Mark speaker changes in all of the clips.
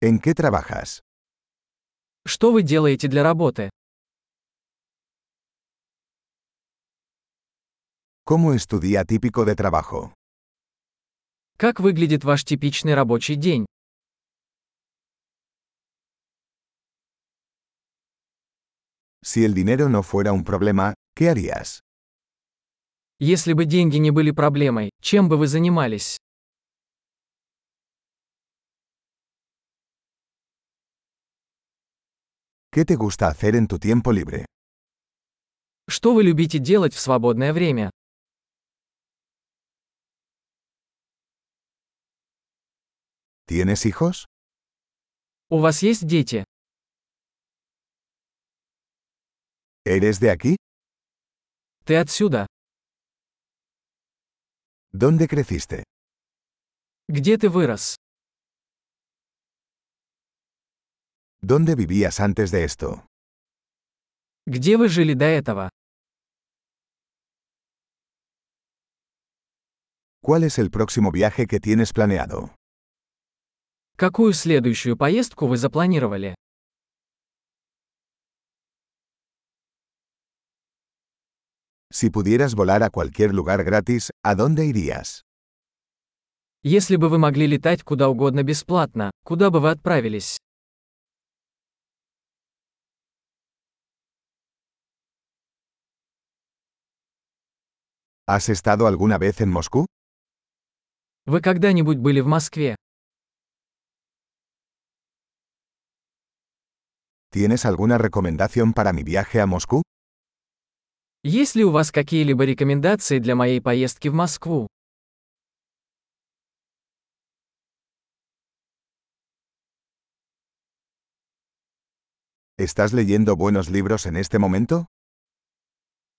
Speaker 1: ¿En qué trabajas?
Speaker 2: Что вы делаете для работы?
Speaker 1: ¿Cómo es tu día típico de trabajo?
Speaker 2: Как выглядит ваш типичный рабочий день?
Speaker 1: Si el dinero no fuera un problema, ¿qué harías?
Speaker 2: Если бы деньги не были проблемой, чем бы вы занимались?
Speaker 1: ¿Qué te gusta hacer en tu tiempo libre?
Speaker 2: Что вы любите делать в свободное время?
Speaker 1: ¿Tienes hijos?
Speaker 2: У вас есть дети?
Speaker 1: ¿Eres de aquí?
Speaker 2: Ты отсюда?
Speaker 1: ¿Dónde creciste?
Speaker 2: Где ты вырос?
Speaker 1: ¿Dónde vivías antes de esto?
Speaker 2: Где вы жили до этого?
Speaker 1: ¿Cuál es el próximo viaje que tienes planeado?
Speaker 2: Какую следующую поездку вы запланировали?
Speaker 1: Si pudieras volar a cualquier lugar gratis, ¿a dónde irías?
Speaker 2: Если бы вы могли летать куда угодно бесплатно, куда бы вы отправились?
Speaker 1: ¿Has estado alguna vez en Moscú?
Speaker 2: Вы когда-нибудь были в Москве?
Speaker 1: ¿Tienes alguna recomendación para mi viaje a Moscú?
Speaker 2: Есть ли у вас какие-либо рекомендации для моей поездки в Москву?
Speaker 1: ¿Estás leyendo buenos libros en este momento?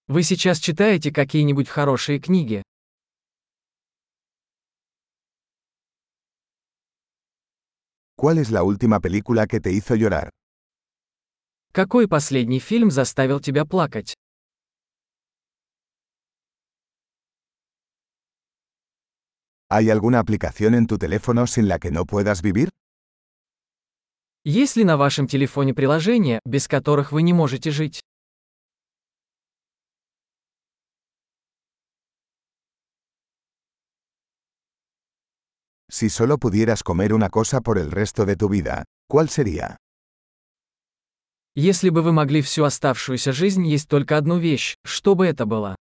Speaker 2: Вы сейчас читаете какие-нибудь хорошие книги?
Speaker 1: ¿Cuál es la última película que te hizo llorar?
Speaker 2: Какой последний фильм заставил тебя плакать?
Speaker 1: ¿Hay alguna aplicación en tu teléfono sin la que no puedas vivir?
Speaker 2: Есть ли на вашем телефоне приложения, без которых вы не можете жить?
Speaker 1: Si solo pudieras comer una cosa por el resto de tu vida, ¿cuál sería?
Speaker 2: Если бы вы могли всю оставшуюся жизнь есть только одну вещь, что бы это было?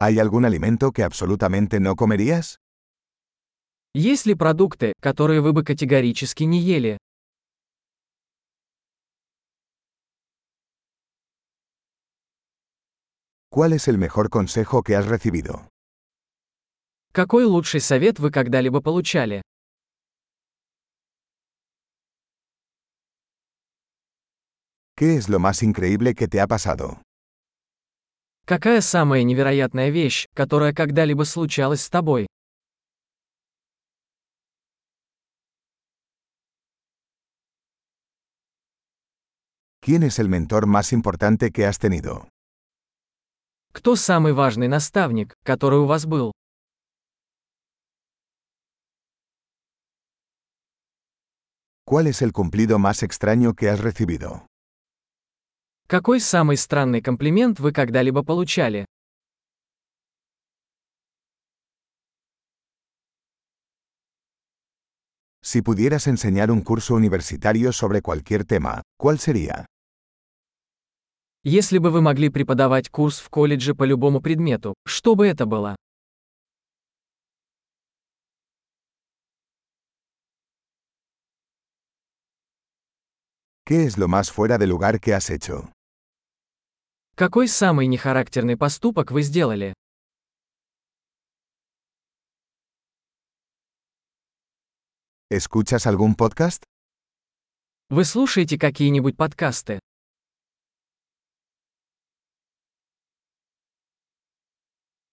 Speaker 1: ¿Hay algún alimento que absolutamente no comerías?
Speaker 2: Есть ли продукты, которые вы бы категорически не ели?
Speaker 1: ¿Cuál es el mejor consejo que has recibido?
Speaker 2: Какой лучший совет вы когда-либо получали?
Speaker 1: ¿Qué es lo más increíble que te ha pasado?
Speaker 2: Какая самая невероятная вещь, которая когда-либо случалась с тобой?
Speaker 1: ¿Quién es el mentor más importante que has tenido?
Speaker 2: Кто самый важный наставник, который у вас был?
Speaker 1: ¿Cuál es el cumplido más extraño que has recibido?
Speaker 2: Какой самый странный комплимент вы когда-либо получали?
Speaker 1: Si pudieras enseñar un curso universitario sobre cualquier tema, ¿cuál sería?
Speaker 2: Если бы вы могли преподавать курс в колледже по любому предмету, что бы это было?
Speaker 1: ¿Qué es lo más fuera de lugar que has hecho?
Speaker 2: Какой самый нехарактерный поступок вы сделали?
Speaker 1: ¿Escuchas algún podcast?
Speaker 2: Вы слушаете какие-нибудь подкасты?